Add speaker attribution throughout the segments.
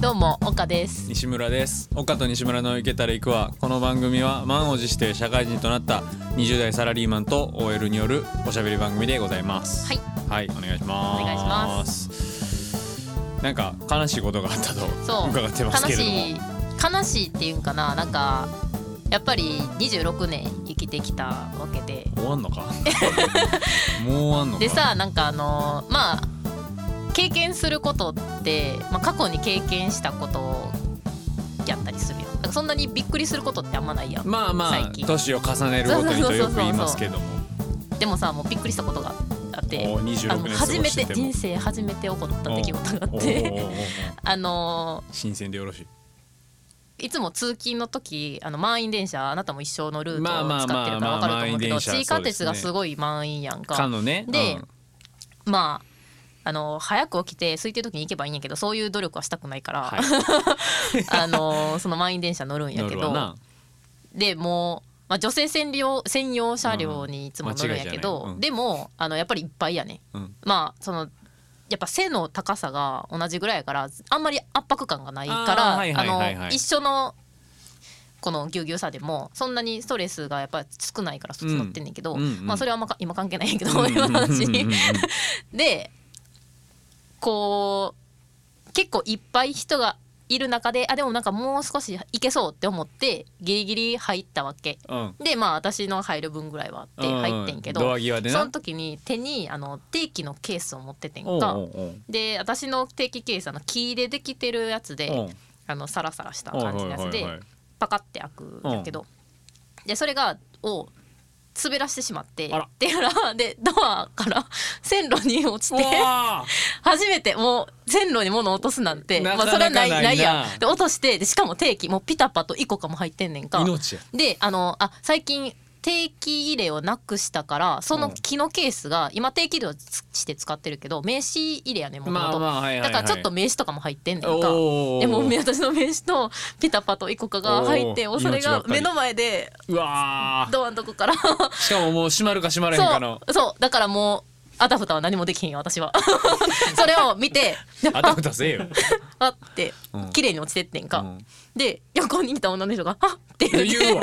Speaker 1: どうも岡です
Speaker 2: 西村です岡と西村の行けたら行くわこの番組は満を持して社会人となった20代サラリーマンと OL によるおしゃべり番組でございます
Speaker 1: はい
Speaker 2: はいお願いします
Speaker 1: お願いします
Speaker 2: なんか悲しいことがあったと
Speaker 1: そう
Speaker 2: 伺ってます
Speaker 1: 悲
Speaker 2: けれども
Speaker 1: しい悲しいっていうんかななんかやっぱり26年生きてきたわけで
Speaker 2: 終わん のかもう終わんのか
Speaker 1: でさなんかあのまあ経験することって、まあ、過去に経験したことやったりするよなんかそんなにびっくりすることってあんまないやん
Speaker 2: まあま
Speaker 1: 最
Speaker 2: あ
Speaker 1: 近
Speaker 2: 年を重ねるごとにとよく言いますけども
Speaker 1: でもさもうびっくりしたことがあって
Speaker 2: お26
Speaker 1: あの
Speaker 2: 年過ご
Speaker 1: 初め
Speaker 2: しててても
Speaker 1: 人生初めて起こった出来事があっ
Speaker 2: お
Speaker 1: て
Speaker 2: ーおーおーおー
Speaker 1: あの
Speaker 2: 新鮮でよろしい
Speaker 1: いつも通勤の時あの満員電車あなたも一生のルート
Speaker 2: まあま
Speaker 1: を
Speaker 2: あ
Speaker 1: 使ってるから分かると思うけ
Speaker 2: まあまあ満員
Speaker 1: ど
Speaker 2: 電車
Speaker 1: 地下鉄が
Speaker 2: そうです
Speaker 1: す
Speaker 2: ね
Speaker 1: ごい満員やんか
Speaker 2: かのね
Speaker 1: で
Speaker 2: うん
Speaker 1: まああの早く起きて空いてる時に行けばいいんやけどそういう努力はしたくないから、
Speaker 2: はい
Speaker 1: あのその満員電車乗るんや
Speaker 2: 乗
Speaker 1: け
Speaker 2: るわな
Speaker 1: どでもう、まあ、女性専用専用車両にいつも乗るんやけど、
Speaker 2: うん間違いじゃないうん
Speaker 1: でもあのやっぱりいっぱいやね
Speaker 2: うん
Speaker 1: まあそのやっぱ背の高さが同じぐらいやからあんまり圧迫感がないか
Speaker 2: あーはいはいはいはい
Speaker 1: らあの一緒のこのぎゅうぎゅうさでもそんなにストレスがやっぱ少ないからそっち乗ってんねんけど、
Speaker 2: うんうんうん
Speaker 1: まあ、それはあんまか今関係ないんやけど、俺の話
Speaker 2: うんうんうんうん
Speaker 1: でこう結構いっぱい人がいる中であでもなんかもう少しいけそうって思ってギリギリ入ったわけ
Speaker 2: うん
Speaker 1: でまあ私の入る分ぐらいはあって入ってんけど、
Speaker 2: ドア際でな
Speaker 1: その時に手にあの定期のケースを持っててんか
Speaker 2: おうおうおう
Speaker 1: で私の定期ケースあの木でできてるやつで、
Speaker 2: うん
Speaker 1: あのサラサラした感じのやつで、
Speaker 2: はいはいはいはい
Speaker 1: パカって開くんだけど、でそれがを滑らしてしまって
Speaker 2: あら
Speaker 1: でらでドアから線路に落ちて
Speaker 2: うわ
Speaker 1: 初めてもう線路に物落とすなんて
Speaker 2: な
Speaker 1: まあ、
Speaker 2: か
Speaker 1: それは
Speaker 2: なか
Speaker 1: な
Speaker 2: な
Speaker 1: な
Speaker 2: いいない
Speaker 1: やんで落としてでしかも定期もうピタパとイコカも入ってんねんか。
Speaker 2: 命や
Speaker 1: であのあ最近定期入れをなくしたからその木のケースが、今定期入れをつして使ってるけど名刺入れやねもと
Speaker 2: まあまあはいはいは
Speaker 1: だか
Speaker 2: い
Speaker 1: らちょっと名刺とかも入ってんねんか
Speaker 2: おー
Speaker 1: でも私の名刺とピタパとイコカが入って
Speaker 2: おー
Speaker 1: それ
Speaker 2: 命ば
Speaker 1: が
Speaker 2: っかり
Speaker 1: 目の前で
Speaker 2: うわ
Speaker 1: ドアのとこから
Speaker 2: ーしかももう閉まるか閉まらへんかの
Speaker 1: そうそうだからもうあたふたは何もできへんよ 私はそれを見て
Speaker 2: あたふたせえよ
Speaker 1: あって
Speaker 2: うん
Speaker 1: 綺麗に落ちてってんか、
Speaker 2: うん
Speaker 1: で横にいた女の人が「あっ!」って言って
Speaker 2: 言うわ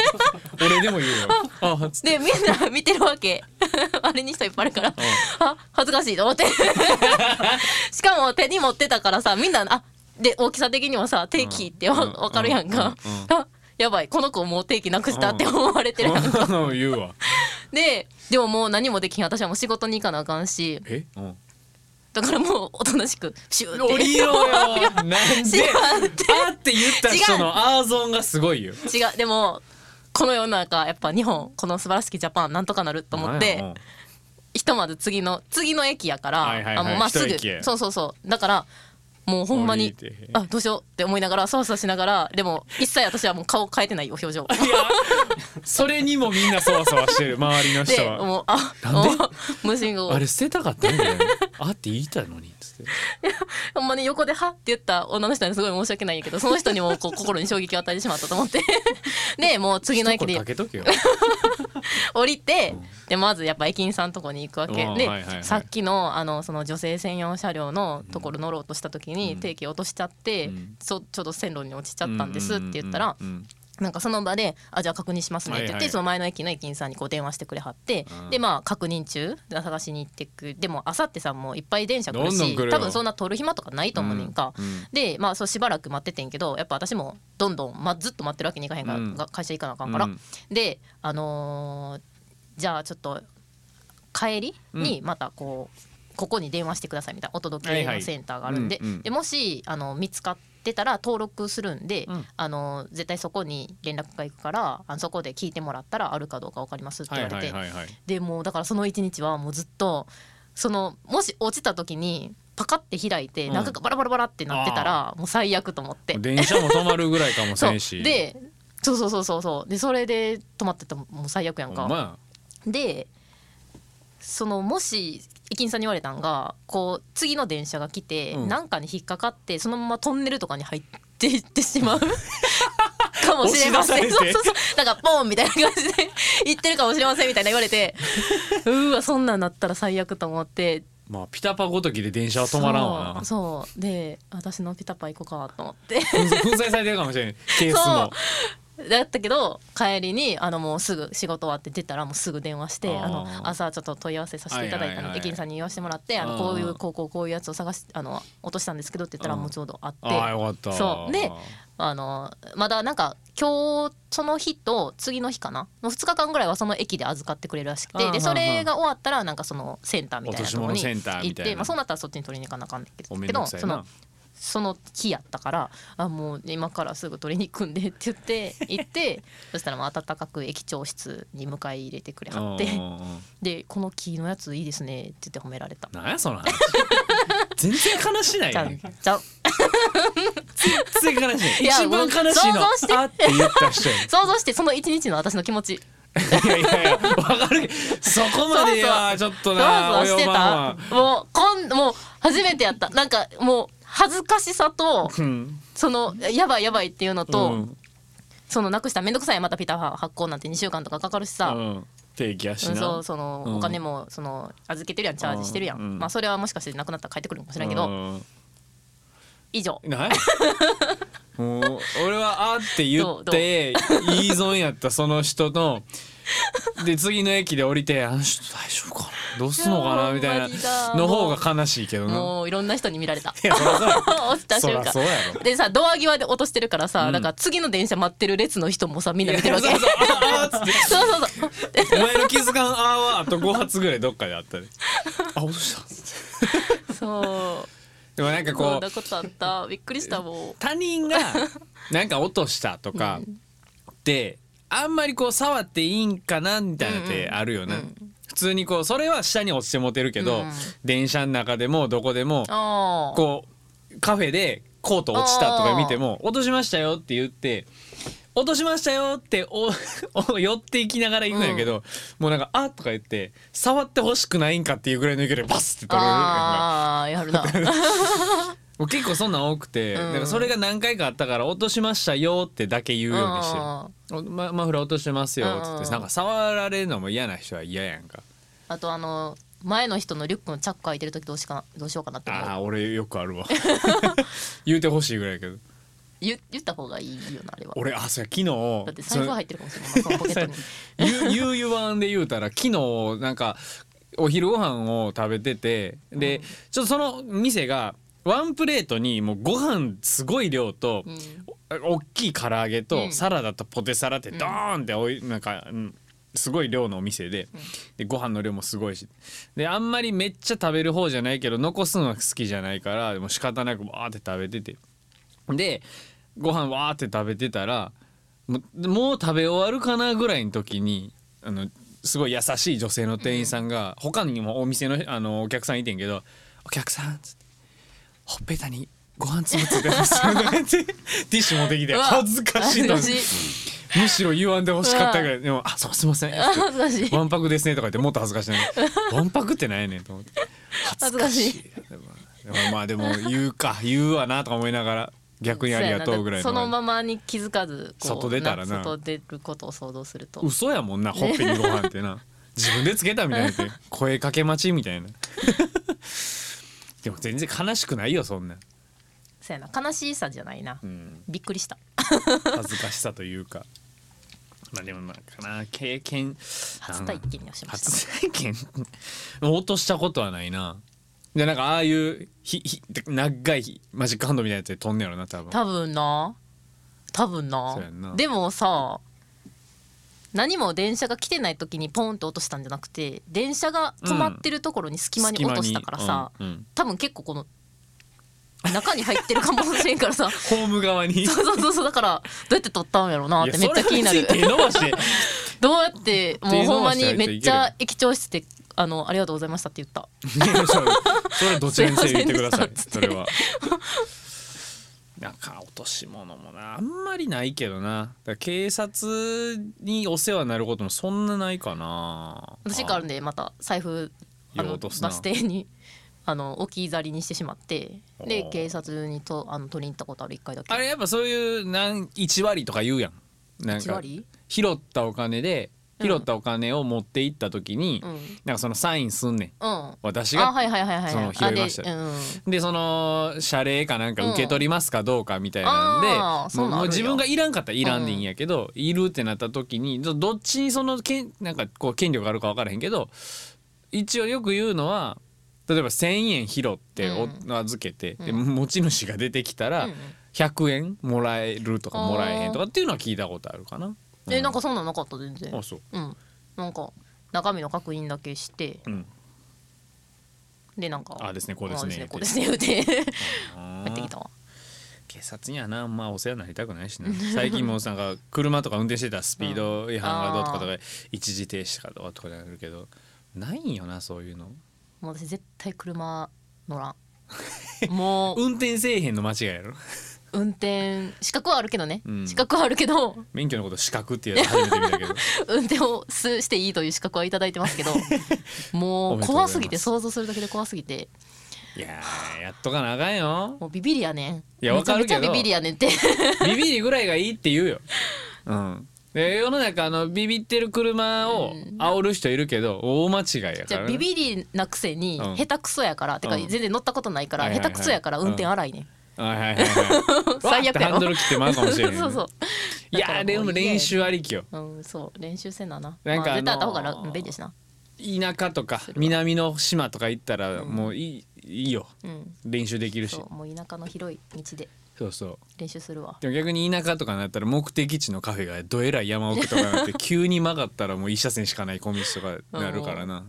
Speaker 2: 俺でも言 うよあつって
Speaker 1: でみんな 見てるわけ あれに人いっぱいいるから、あ恥ずかしいと思って しかも手に持ってたからさみんなあで大きさ的にもさ定期ってわ,、
Speaker 2: うん
Speaker 1: かるやんか、
Speaker 2: うんうん
Speaker 1: あやばいこの子もう定期なくしたって
Speaker 2: うん
Speaker 1: 思われてるやん、
Speaker 2: うん 言うわ
Speaker 1: ででももう何もできひん私はもう仕事に行かなあかんし
Speaker 2: えうん
Speaker 1: だからもうおとなしくシューって
Speaker 2: 降りろ よなん
Speaker 1: 違
Speaker 2: で
Speaker 1: うって
Speaker 2: あって言った人のアーゾンがすごいよ
Speaker 1: 違うでもこの世の中やっぱ日本この素晴らしきジャパンなんとかなると思っ
Speaker 2: なんや
Speaker 1: て
Speaker 2: も
Speaker 1: ひとまず次の次の駅やから、
Speaker 2: はいはいはい
Speaker 1: あもうまっすぐ
Speaker 2: 一駅へ
Speaker 1: そうそうそうだからもうほんまに
Speaker 2: 降りて
Speaker 1: あどうしようって思いながらそわそわしながらでも一切私はもう顔変えてないよ表 情
Speaker 2: ういやそれにもみんなそわそわしてる周りの人
Speaker 1: で
Speaker 2: は
Speaker 1: もうあ
Speaker 2: なんで
Speaker 1: もう無心語
Speaker 2: あれ捨てたかったんだよねあって言いたいのにつって
Speaker 1: ほんまに横で「は」って言った女の人にすごい申し訳ないんやけどその人にもこう心に衝撃を与えてしまったと思って でもう次の駅
Speaker 2: 一声
Speaker 1: で
Speaker 2: かけとけよ
Speaker 1: 降りて、でまずやっぱ駅員さんとこに行くわけで、
Speaker 2: うんはいはいはい
Speaker 1: さっきのあのその女性専用車両のところ乗ろうとした時に、
Speaker 2: うん
Speaker 1: 定期落としちゃって、
Speaker 2: うん
Speaker 1: そちょっと線路に落ちちゃったんですって言ったら、
Speaker 2: うんうんうんうん
Speaker 1: なんかその場で「あじゃあ確認しますね」って言って、
Speaker 2: はいはい
Speaker 1: その前の駅の駅員さんにこう電話してくれはって、
Speaker 2: うん
Speaker 1: でまあ確認中探しに行ってくでもあさってさんもういっぱい電車来るし
Speaker 2: どんどん来るよ
Speaker 1: 多分そんな取る暇とかないと思うねんか。
Speaker 2: うんうん
Speaker 1: でまあそうしばらく待っててんけどやっぱ私もどんどん、まあ、ずっと待ってるわけにいかへんから、
Speaker 2: うん
Speaker 1: が会社行かなあかんから、
Speaker 2: うん
Speaker 1: であのーじゃあちょっと帰りにまたこう、ここに電話してくださいみたいなお届けのセンターがあるんで,、
Speaker 2: はいはいうんうん
Speaker 1: でもしあの見つかってたら登録するんで、
Speaker 2: うん
Speaker 1: あの絶対そこに連絡が行くからあのそこで聞いてもらったらあるかどうか分かりますって
Speaker 2: は
Speaker 1: 言
Speaker 2: い
Speaker 1: われて、
Speaker 2: はいはいはい
Speaker 1: でもうだからその一日はもうずっとそのもし落ちた時にパカって開いて
Speaker 2: うん
Speaker 1: 中がバラバラバラってなってたらもう最悪と思って
Speaker 2: 電車も止まるぐらいかもし
Speaker 1: そ
Speaker 2: れ
Speaker 1: うん
Speaker 2: し
Speaker 1: でそうそうそうそうそうでそれで止まってたらもう最悪やん
Speaker 2: ほん
Speaker 1: か
Speaker 2: ま
Speaker 1: でそのもし駅員さんに言われたんがこう次の電車が来て
Speaker 2: うん
Speaker 1: なんかに引っかかってそのままトンネルとかに入って いってし まうかもしれません
Speaker 2: 押し出さ
Speaker 1: そう
Speaker 2: れて
Speaker 1: そうそうだからポンみたいな感じ で行ってるかもしれませんみたいな言われてうーわそんなんなったら最悪と思って
Speaker 2: まあピタパごときで電車は止まらんわな
Speaker 1: そうそうで私のピタパ行こうかと思って
Speaker 2: 粉砕粉砕されてるかもしれないケースも
Speaker 1: だったけど帰りにあのもうすぐ仕事終わって出たらもうすぐ電話して
Speaker 2: あー
Speaker 1: あの朝ちょっと問い合わせさせていただいた
Speaker 2: はいはい
Speaker 1: の
Speaker 2: はい
Speaker 1: で駅員さんに言わせてもらってあ
Speaker 2: う
Speaker 1: の
Speaker 2: ん
Speaker 1: こういうこうこうこういうやつを探しあの落としたんですけどって言ったら
Speaker 2: うん
Speaker 1: もうちょうどあって
Speaker 2: ああよかった
Speaker 1: そうであのまだなんか今日その日と次の日かなの2日間ぐらいはその駅で預かってくれるらしく
Speaker 2: あー
Speaker 1: てで
Speaker 2: は
Speaker 1: そ
Speaker 2: んはん
Speaker 1: れが終わったらなんかそのセンターみたいなところ
Speaker 2: 落と
Speaker 1: に
Speaker 2: し物センター
Speaker 1: 行
Speaker 2: み
Speaker 1: った
Speaker 2: いな
Speaker 1: てまあそうなったらそっちに取りに行かなあかんねんけ
Speaker 2: お
Speaker 1: ど
Speaker 2: め
Speaker 1: け
Speaker 2: んど
Speaker 1: ど
Speaker 2: くさい
Speaker 1: そ
Speaker 2: な
Speaker 1: のその日やったからあもう今からすぐ取りに行くんでって言 って行ってそしたらまあ温かく駅長室に迎え入れてくれはって
Speaker 2: うんうんうん
Speaker 1: で「この木のやついいですね」って言って褒められた。
Speaker 2: なんやその話全然悲しない
Speaker 1: じゃ
Speaker 2: や
Speaker 1: ん
Speaker 2: ん
Speaker 1: じゃんいや
Speaker 2: 全然悲しない一番悲しいの
Speaker 1: 想像して
Speaker 2: あって言った人や
Speaker 1: 想像してその一日の私の気持ち
Speaker 2: いやいやいやわかるけどそこまではちょっ
Speaker 1: そわそ
Speaker 2: とな
Speaker 1: わして
Speaker 2: 及ば
Speaker 1: た
Speaker 2: んわ
Speaker 1: もうこんもう初めてやったなんかもう恥ずかしさと
Speaker 2: うん
Speaker 1: そのやばいやばいっていうのと、
Speaker 2: うん
Speaker 1: そのなくしたらめんどくさいまたピタパ発行なんて2週間とかかかるしさ、
Speaker 2: うん定期やし
Speaker 1: うん
Speaker 2: な
Speaker 1: そうその、
Speaker 2: うん
Speaker 1: お金もその預けてるやんチャージしてるやん、
Speaker 2: うん
Speaker 1: まあそれはもしかしてなくなったら帰ってくるかもしれんけど、
Speaker 2: うん
Speaker 1: 以上
Speaker 2: なんやもう俺は「あ」って言
Speaker 1: どう
Speaker 2: っ
Speaker 1: どう
Speaker 2: て言い損やったその人ので次の駅で降りて「あの人大丈夫かなどうすんのか
Speaker 1: い
Speaker 2: な」
Speaker 1: や
Speaker 2: みたい
Speaker 1: ほんまにだ
Speaker 2: なの方が悲しいけどな
Speaker 1: もういろんな人に見ら れた
Speaker 2: いやそらそうや
Speaker 1: 落ちた瞬
Speaker 2: そら
Speaker 1: 間
Speaker 2: そうやろ
Speaker 1: でさドア際で落としてるからさ、
Speaker 2: うん
Speaker 1: だから次の電車待ってる列の人もさみんな見てるわけ
Speaker 2: い
Speaker 1: そう
Speaker 2: や そうそうあーっつって
Speaker 1: そうそう
Speaker 2: お前の気づかんあーはあと5発ぐらいどっかであっ たであ落とした
Speaker 1: そう
Speaker 2: でもなんか
Speaker 1: こ
Speaker 2: こ
Speaker 1: んな
Speaker 2: う
Speaker 1: ことあったびっくりした も
Speaker 2: 他人がなんか落としたとかってあんまりこう触っていいんかなみたいなってあるよね、普通にこうそれは下に落ちてもてるけど、
Speaker 1: うん
Speaker 2: 電車の中でもどこでも
Speaker 1: うああ
Speaker 2: こうカフェでコート落ちたとか見ても「落としましたよ」って言って「落としましたよ」ってお お寄っていきながら行くんやけど、もうなんか「あ」とか言って触ってほしくないんかっていうぐらいの勢いでバスって取れるなんか
Speaker 1: ああやるな
Speaker 2: もう結構そんなん多くて、
Speaker 1: うん
Speaker 2: なんかそれが何回かあったから「落としましたよ」ってだ け言うようにしてる
Speaker 1: あ
Speaker 2: おま、マフラー落としてますよっつっ
Speaker 1: うん
Speaker 2: てなんか触られるのも嫌な人は嫌やんか
Speaker 1: あとあの前の人のリュックのチャック開いてる時どうしかどうしようかなって思う
Speaker 2: ああー俺よくあるわ 言うてほしいぐらいやけど
Speaker 1: 言言った方がいいよなあれは
Speaker 2: 俺あそうや昨日
Speaker 1: だって財布入ってるかもし れないそのポケットに
Speaker 2: ゆゆうゆわんで言うたら昨日なんかお昼ご飯を食べててで、ちょっとその店がワンプレートにもうご飯すごい量と、
Speaker 1: うん
Speaker 2: お大きい唐揚げ
Speaker 1: う
Speaker 2: と
Speaker 1: ん
Speaker 2: サラダとポテサラってドーンっておいなんか、うん、すごい量のお店ででご飯の量もすごいしであんまりめっちゃ食べる方じゃないけど残すのは好きじゃないからもう仕方なくわーって食べててでご飯わーって食べてたらもうもう食べ終わるかなぐらいの時にあのすごい優しい女性の店員さんが、他にもお店のあのお客さんいてんけど「お客さん」っつって「ほっぺたにご飯粒ついてますよ ね」ってティッシュ持ってきて
Speaker 1: うわ
Speaker 2: 恥ずかしいのに
Speaker 1: 恥ずか
Speaker 2: むしろ言わんでほしかったぐらいでも「あそうすいません」
Speaker 1: あ恥ずかしい
Speaker 2: わんぱくですねとか言ってもっと恥ずかしいなわんぱくってないねんと思って
Speaker 1: 恥ずかしい
Speaker 2: でもでもまあでも言うか言うわなとか思いながら逆にありがとうぐらい
Speaker 1: そ
Speaker 2: の
Speaker 1: うやなだってそのままに気づかずこう
Speaker 2: 外出たらな
Speaker 1: 外出ることを想像すると
Speaker 2: 嘘やもんなほっぺにご飯って な自分でつけたみたいなって声かけ待ちみたいなでも全然悲しくないよそんな、
Speaker 1: そうやな悲しさじゃないな
Speaker 2: うん、
Speaker 1: びっくりした
Speaker 2: 恥ずかしさというかまあでもなんかな経験
Speaker 1: 初体験をしました
Speaker 2: 初体験落としたことはないなでなんかああいうひひ長いマジックハンドみたいなやつで飛んねやろな多分
Speaker 1: 多分な多分な
Speaker 2: そうやんな
Speaker 1: でもさ何も電車が来てない時にポンって落としたんじゃなくて電車が止まってるところに隙間に落としたからさ、、
Speaker 2: 隙間にうん
Speaker 1: 多分結構この中に入ってるかもしれんからさ
Speaker 2: うんホーム側 に
Speaker 1: そうそうそうそうだからどうやって取ったんやろうなってめっちゃ気になる
Speaker 2: いやそれは別手伸ばして
Speaker 1: どうやってもうほんまに
Speaker 2: 手伸ばしたらいける
Speaker 1: めっちゃ駅長室であのありがとうございましたって言った
Speaker 2: いやそれそれはどちらにせよ言ってくだ
Speaker 1: す
Speaker 2: さい
Speaker 1: いませんでしたっつって
Speaker 2: それはなんか落とし物もなあんまりないけどなだから警察にお世話になることもそんなないかな
Speaker 1: 私があるんでまた財布あ
Speaker 2: よう
Speaker 1: の
Speaker 2: 落と
Speaker 1: バ
Speaker 2: すな
Speaker 1: ス停にあの置き去りにしてしまって
Speaker 2: お
Speaker 1: で
Speaker 2: ー
Speaker 1: 警察にとあの取りに行ったことある一回だけ
Speaker 2: あれやっぱそういうなん1割とか言うやんなん
Speaker 1: 1
Speaker 2: か
Speaker 1: 割
Speaker 2: 拾ったお金で拾ったお金を持って行った時に、
Speaker 1: うん
Speaker 2: なんかそのサインすんねん
Speaker 1: うん
Speaker 2: 私
Speaker 1: あ
Speaker 2: が
Speaker 1: はいはいはいはい
Speaker 2: その拾いました
Speaker 1: あでうん
Speaker 2: でその謝礼かなんか受け取りますかどうかみたいなんで、
Speaker 1: うんあーそう
Speaker 2: もう
Speaker 1: なんあるんや
Speaker 2: もう自分がいらんかったらいらんでいいんやけど、いるってなった時にどどっちにそのけんなんかこう権力があるか分からへんけど一応よく言うのは例えば1,000円拾ってお、
Speaker 1: うん
Speaker 2: 預けて、で
Speaker 1: うん
Speaker 2: 持ち主が出てきたら
Speaker 1: うん
Speaker 2: 100円もらえるとか
Speaker 1: あー
Speaker 2: もらえへんとかっていうのは聞いたことあるかな。
Speaker 1: え
Speaker 2: う
Speaker 1: なんかそんなんなかった全然
Speaker 2: あそう、
Speaker 1: うんなんか中身の確認だけして
Speaker 2: うん、
Speaker 1: でなんか
Speaker 2: あですねこうですね
Speaker 1: あですねこうですね言うて
Speaker 2: あー
Speaker 1: 帰ってきたわ
Speaker 2: 警察にはなまあお世話になりたくないしな最近もなんか車とか運転してたらスピード違反がどうとかと
Speaker 1: あ
Speaker 2: か一時停止かどうとかになるけどないんよなそういうの
Speaker 1: もう私絶対車乗 らんもう
Speaker 2: 運転せえへんの間違いやろ
Speaker 1: 運転資格はあるけどね、
Speaker 2: うん
Speaker 1: 資格はあるけど
Speaker 2: 免許のこと資格っていうやつ初めて見たけど
Speaker 1: 運転をすしていいという資格はいただいてますけ ど
Speaker 2: お
Speaker 1: もう
Speaker 2: めでとうございま
Speaker 1: 怖
Speaker 2: す
Speaker 1: すぎて想像するだけで怖すぎて
Speaker 2: いやーやっとかなあかんよ
Speaker 1: もうビビりやねん
Speaker 2: いやわかる
Speaker 1: めち
Speaker 2: けど
Speaker 1: ゃめちゃビビりやねんって
Speaker 2: ビビりぐらいがいいって言うようんで世の中あのビビってる車を煽る人いるけど大間違いや
Speaker 1: じ
Speaker 2: か
Speaker 1: ゃ
Speaker 2: ら
Speaker 1: あ
Speaker 2: ね
Speaker 1: ビビりなくせに
Speaker 2: うん
Speaker 1: 下手くそやから、てか
Speaker 2: うん
Speaker 1: 全然乗ったことないから、
Speaker 2: はいはいは
Speaker 1: 下
Speaker 2: い
Speaker 1: 手くそやから運転荒いねん、
Speaker 2: はいはいはいはい
Speaker 1: 最
Speaker 2: わーっ
Speaker 1: 悪
Speaker 2: て
Speaker 1: や
Speaker 2: ハ
Speaker 1: ろ
Speaker 2: ンドル切ってまうかもしれへん
Speaker 1: そうそう
Speaker 2: いやーでも練習ありきよ
Speaker 1: うん、そう練習せんなな。
Speaker 2: なんか
Speaker 1: まあ、
Speaker 2: あの
Speaker 1: 絶
Speaker 2: ー
Speaker 1: 対あった方が楽便利やしな。
Speaker 2: 田舎とか南の島とか行ったらもういい,、いいよ
Speaker 1: うん。
Speaker 2: 練習できるし
Speaker 1: そうもう田舎の広い道で
Speaker 2: そうそう
Speaker 1: 練習するわ。
Speaker 2: でも逆に田舎とかになったら目的地のカフェがどえらい山奥とかになって急に曲がったらもう一車線しかない小道とかなるからな。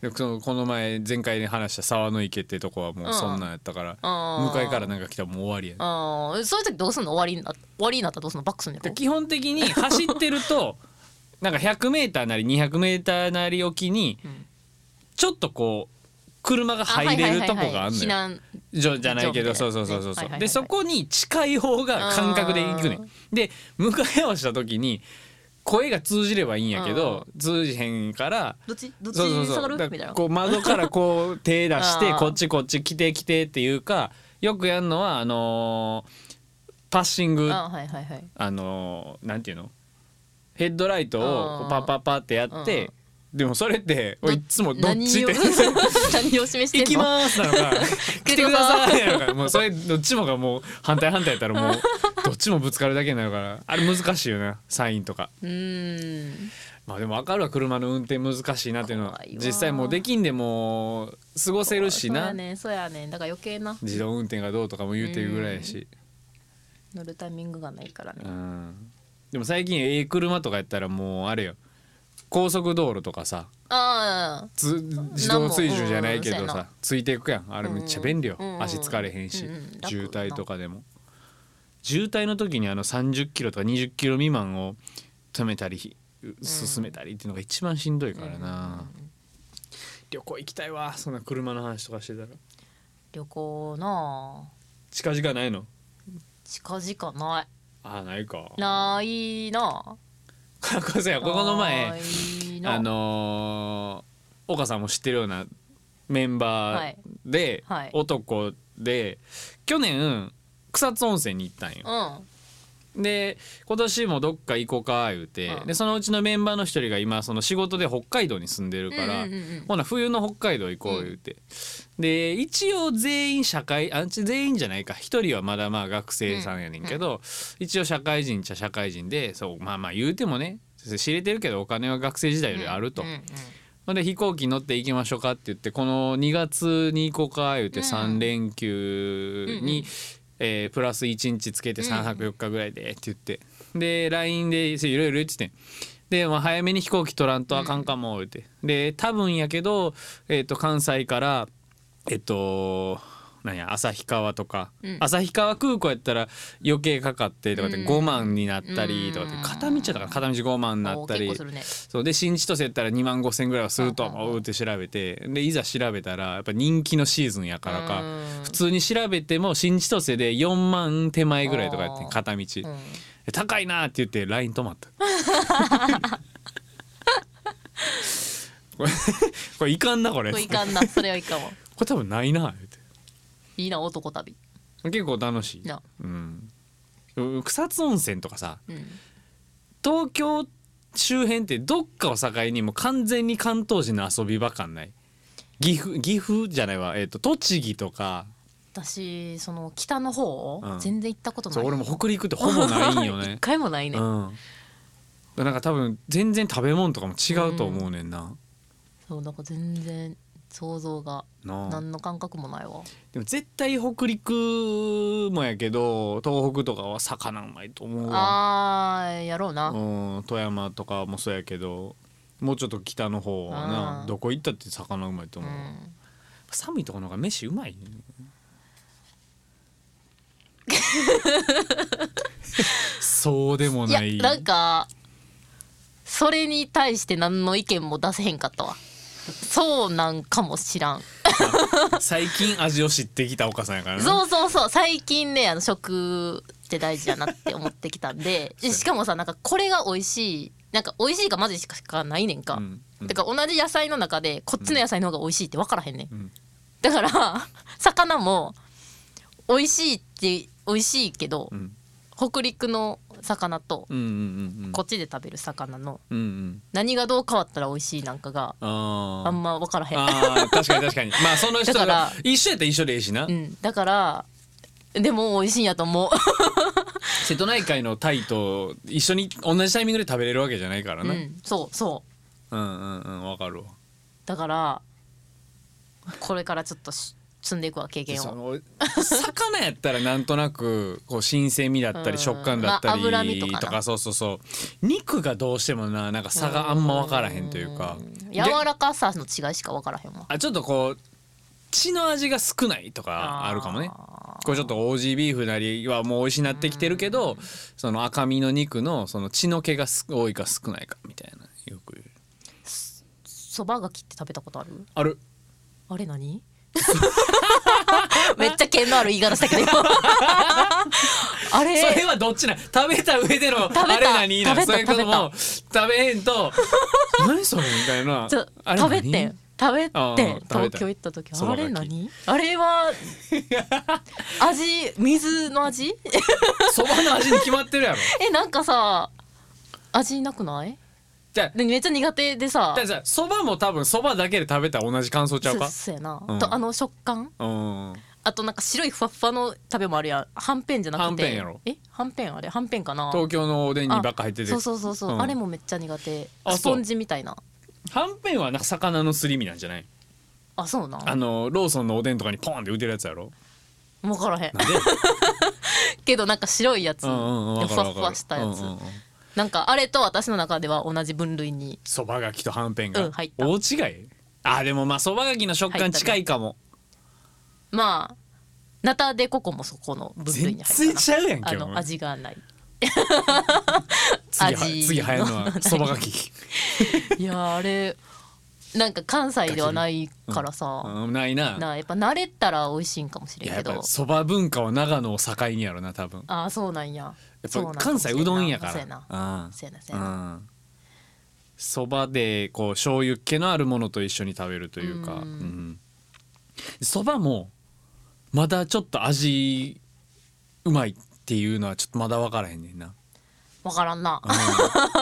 Speaker 2: でそのこの前前回で話した沢の池ってとこはもうそんなんやったから
Speaker 1: うん
Speaker 2: 向かいからなんか来たらもう終わりやね
Speaker 1: ああ、そういう時どうすんの終わりにな終わりになったらどうすんのバックすんの
Speaker 2: で
Speaker 1: よ。
Speaker 2: 基本的に走ってるとなんか 100m なり 200m なりおきに
Speaker 1: ん
Speaker 2: ちょっとこう車が入れるとこがあんの
Speaker 1: 避
Speaker 2: よ。
Speaker 1: 難。
Speaker 2: じゃじゃないけど
Speaker 1: ジョ
Speaker 2: そう
Speaker 1: ン
Speaker 2: そう
Speaker 1: みた
Speaker 2: そ
Speaker 1: いうな
Speaker 2: そ
Speaker 1: ねは
Speaker 2: う、
Speaker 1: いはいはい
Speaker 2: でそこに近い方が感覚で行くね
Speaker 1: あ
Speaker 2: んで向かい合わせた時に声が通じればいいんやけど通じへんから
Speaker 1: どっちどっち
Speaker 2: そうそう
Speaker 1: に下
Speaker 2: そ
Speaker 1: が
Speaker 2: う
Speaker 1: る
Speaker 2: だ
Speaker 1: みたいな。
Speaker 2: こう窓からこう手出し て
Speaker 1: あー
Speaker 2: こっちこっち来て来てっていうかよくやるのはあのーパッシング
Speaker 1: あーはいはいはい。
Speaker 2: あのーなんていうのヘッドライトをこ
Speaker 1: う
Speaker 2: うんパッパッパってやってでもそれっていつもどっちって
Speaker 1: 何を 何を示してん
Speaker 2: 行
Speaker 1: の。
Speaker 2: きますなのか 来てくださいなのかもうそれどっちもがもう反対反対やったら もうどっちもぶつかるだけになるからあれ難しいよなサインとか
Speaker 1: うーん。
Speaker 2: まあでも分かるわ車の運転難しいなっていうのは
Speaker 1: 怖いわ
Speaker 2: 実際もうできんでもう過ごせるし
Speaker 1: そう
Speaker 2: な
Speaker 1: やねんそうやねんだから余計な
Speaker 2: 自動運転がどうとかも言うてるぐらいやし
Speaker 1: 乗るタイミングがないから
Speaker 2: う
Speaker 1: ね。
Speaker 2: んでも最近ええ車とかやったらもうあれよ高速道路とかさ
Speaker 1: ああ。
Speaker 2: つ自動追従じゃないけ
Speaker 1: うん
Speaker 2: ど
Speaker 1: うんそうや
Speaker 2: さ
Speaker 1: な
Speaker 2: ついていくやんあれめっちゃ便利よ、
Speaker 1: うんうん
Speaker 2: 足疲れへんし、
Speaker 1: うんうん楽
Speaker 2: 渋滞とかでも渋滞の時にあの30キロとか20キロ未満を止めたり進めたりっていうのが一番しんどいからな、旅行行きたいわそんな車の話とかしてたら
Speaker 1: 旅行なあ。
Speaker 2: 近々ないの
Speaker 1: 近々ない。
Speaker 2: あーないか
Speaker 1: ないな。
Speaker 2: 加古さん ここ
Speaker 1: な
Speaker 2: の前
Speaker 1: いな
Speaker 2: あのー岡さんも知ってるようなメンバーで、
Speaker 1: はいはい
Speaker 2: 男で去年草津温泉に行ったんよ。
Speaker 1: うん。
Speaker 2: で今年もどっか行こうか言うて、
Speaker 1: うん
Speaker 2: でそのうちのメンバーの一人が今その仕事で北海道に住んでるから、
Speaker 1: うんうんうんうん
Speaker 2: ほな冬の北海道行こう言うて、で一応全員社会あち全員じゃないか一人はまだまあ学生さんやねんけど、一応社会人っちゃ社会人でそうまあまあ言うてもね知れてるけどお金は学生時代よりあると。
Speaker 1: うんうんうん
Speaker 2: ほんで飛行機乗って行きましょうかって言ってこの2月に行こうか言って
Speaker 1: うん
Speaker 2: 3連休に、
Speaker 1: うん
Speaker 2: えープラス1日つけて
Speaker 1: うん
Speaker 2: 3泊4日ぐらいでって言ってで LINE でいろいろ言っててんで、まあ、早めに飛行機取らんとあかんかも言ってで多分やけど、えー、と関西からえっ、となんや旭川とか
Speaker 1: うん
Speaker 2: 旭、川空港やったら余計かかってとかって
Speaker 1: うん
Speaker 2: 5万になったりとかって
Speaker 1: うん
Speaker 2: 片道やったから片道5万になったり
Speaker 1: おー結構するね
Speaker 2: そうで新千歳やったら2万5千ぐらいはすると
Speaker 1: うんうんうん
Speaker 2: 思うって調べてでいざ調べたらやっぱ人気のシーズンやからか普通に調べても新千歳で4万手前ぐらいとかやって
Speaker 1: あー
Speaker 2: 片道
Speaker 1: うん
Speaker 2: で高いなって言って LINE 止まった これこれいかんなこれ
Speaker 1: こ
Speaker 2: こ
Speaker 1: れい
Speaker 2: れ
Speaker 1: かん なそれはいかんわ
Speaker 2: 多分ないなって
Speaker 1: いいな男旅
Speaker 2: 結構楽しい
Speaker 1: な
Speaker 2: うんう草津温泉とかさ
Speaker 1: うん
Speaker 2: 東京周辺ってどっかを境にもう完全に関東人の遊び場感ない岐阜岐阜じゃないわ、えっと栃木とか
Speaker 1: 私その北の方、
Speaker 2: うん
Speaker 1: 全然行ったことない
Speaker 2: そう俺も北陸ってほぼ ないんよ ね
Speaker 1: 一回もないね、
Speaker 2: うん、なんか多分全然食べ物とかも違うと思うねんな,、
Speaker 1: そうだから全然想像が
Speaker 2: なあ
Speaker 1: 何の感覚もないわ
Speaker 2: でも絶対北陸もやけど東北とかは魚うまいと思うわ、
Speaker 1: あーやろうな、
Speaker 2: うん、富山とかもそうやけどもうちょっと北の方はな、
Speaker 1: うん
Speaker 2: どこ行ったって魚うまいと
Speaker 1: う
Speaker 2: 思う、
Speaker 1: ん
Speaker 2: 寒いとこの方が飯うまいね、そうでも
Speaker 1: い
Speaker 2: ない
Speaker 1: やなんかそれに対して何の意見も出せへんかったわそうなんかもしらん
Speaker 2: 最近味を知ってきたお母さんやからな
Speaker 1: そうそうそう最近ねあの食って大事だなって思ってきたんで
Speaker 2: そうやね
Speaker 1: しかもさなんかこれが美味しいなんか美味しいかまずいしかないねんか、
Speaker 2: うんうん
Speaker 1: だから同じ野菜の中でこっちの野菜の方が美味しいって分からへんねん、
Speaker 2: うん
Speaker 1: だから 魚も美味しいって美味しいけど、
Speaker 2: うん
Speaker 1: 北陸の魚と
Speaker 2: うんうんうんうん
Speaker 1: こっちで食べる魚の
Speaker 2: うんうん
Speaker 1: 何がどう変わったら美味しいなんかが
Speaker 2: あー
Speaker 1: あんま分からへん、
Speaker 2: あー確かに確かに まあその人
Speaker 1: だから
Speaker 2: が一緒やったら一緒でいいしな、
Speaker 1: うん、だからでも美味しいんやと思う
Speaker 2: 瀬戸内海のタイと一緒に同じタイミングで食べれるわけじゃないから
Speaker 1: う
Speaker 2: な、うん、
Speaker 1: ん、そうそう
Speaker 2: うんうんわかるわ
Speaker 1: だからこれからちょっとし積んでいくわ経験
Speaker 2: そ
Speaker 1: を。
Speaker 2: の魚やったらなんとなくこう新鮮味だった
Speaker 1: うん
Speaker 2: り食感だったり
Speaker 1: まあ脂身とかな
Speaker 2: そうそうそう肉がどうしてもななんか差があんま分からへんというか
Speaker 1: うん
Speaker 2: で
Speaker 1: 柔らかさの違いしか分からへんわ。
Speaker 2: あちょっとこう血の味が少ないとかあるかもね
Speaker 1: あ
Speaker 2: これちょっとオージービーフなりはもう美味しいなってきてるけどその赤身の肉のその血の毛がす多いか少ないかみたいなよく言う
Speaker 1: ー。そばがきって食べたことある？
Speaker 2: ある
Speaker 1: あれ何？ めっちゃ剣のある言い方したけど 今あれ
Speaker 2: それはどっちなん食べた上での
Speaker 1: べた
Speaker 2: あれ何
Speaker 1: 食
Speaker 2: な
Speaker 1: べ
Speaker 2: ん
Speaker 1: た
Speaker 2: そういうことも食べへん と何それみたいな
Speaker 1: ちょ
Speaker 2: あれ
Speaker 1: 食べ
Speaker 2: 何
Speaker 1: てん食べて
Speaker 2: ああ
Speaker 1: ん
Speaker 2: 食べた
Speaker 1: 東京行った時
Speaker 2: そ
Speaker 1: あ
Speaker 2: ばがき
Speaker 1: れ何？あれ は味水の味？
Speaker 2: そばの味に決まっ てるやろ
Speaker 1: えなんかさ味なくない？
Speaker 2: じゃあ
Speaker 1: でめっちゃ苦手でさ
Speaker 2: だからさそばも多分そばだけで食べたら同じ感想ちゃう
Speaker 1: そう
Speaker 2: か
Speaker 1: そうやな、
Speaker 2: うん
Speaker 1: とあの食感
Speaker 2: うん
Speaker 1: あとなんか白いふわふわの食べもあるやんはんぺんじゃなくて
Speaker 2: はんぺんやろ
Speaker 1: えはんぺんあれはんぺんかな
Speaker 2: 東京のおでんにばっか入ってて
Speaker 1: そうそうそうそう、
Speaker 2: うん
Speaker 1: あれもめっちゃ苦手
Speaker 2: あそう
Speaker 1: スポンジみたいな
Speaker 2: はんぺんはなんか魚のすり身なんじゃない
Speaker 1: あそうな
Speaker 2: あのローソンのおでんとかにポンって打てるやつやろ
Speaker 1: 分からへん
Speaker 2: なんで
Speaker 1: けどなんか白いやつ、
Speaker 2: うんうんうん
Speaker 1: で
Speaker 2: わ
Speaker 1: ふ
Speaker 2: か
Speaker 1: わ
Speaker 2: るわ
Speaker 1: ふ
Speaker 2: か
Speaker 1: わ
Speaker 2: る
Speaker 1: したやつ、
Speaker 2: うんうんうん
Speaker 1: なんかあれと私の中では同じ分類に
Speaker 2: そばがきとはんぺんが、
Speaker 1: うん入った
Speaker 2: 大違いあでもまあそばがきの食
Speaker 1: 入っ
Speaker 2: 感
Speaker 1: たね
Speaker 2: 近いかも、
Speaker 1: まあナタデココもそこの分類
Speaker 2: 全
Speaker 1: に入
Speaker 2: 然
Speaker 1: った
Speaker 2: ちゃうやん
Speaker 1: なあ
Speaker 2: けお
Speaker 1: の
Speaker 2: 前
Speaker 1: 味がない
Speaker 2: 次は
Speaker 1: 味
Speaker 2: 次流行るのはそばがき、
Speaker 1: いやーあれなんか関西では ないからさ、
Speaker 2: うん、ないな
Speaker 1: なあやっぱ慣れたら美味しいんかもし
Speaker 2: い
Speaker 1: れん
Speaker 2: や
Speaker 1: け
Speaker 2: やっぱ
Speaker 1: ど
Speaker 2: そば文化は長野を境にやろな多分
Speaker 1: ああそうなんや
Speaker 2: やっ
Speaker 1: そうな
Speaker 2: ぱ
Speaker 1: んかも
Speaker 2: 関
Speaker 1: し
Speaker 2: 西
Speaker 1: れ
Speaker 2: うどんやか
Speaker 1: そうやな
Speaker 2: ら
Speaker 1: そうやなそう
Speaker 2: う
Speaker 1: やなん
Speaker 2: そば、でこう醤油気のあるものと一緒に食べるという
Speaker 1: う
Speaker 2: か
Speaker 1: ん
Speaker 2: そば、蕎麦もまだちょっと味うまいっていうのはちょっとまだ分からへんね んな、
Speaker 1: わからんな
Speaker 2: うん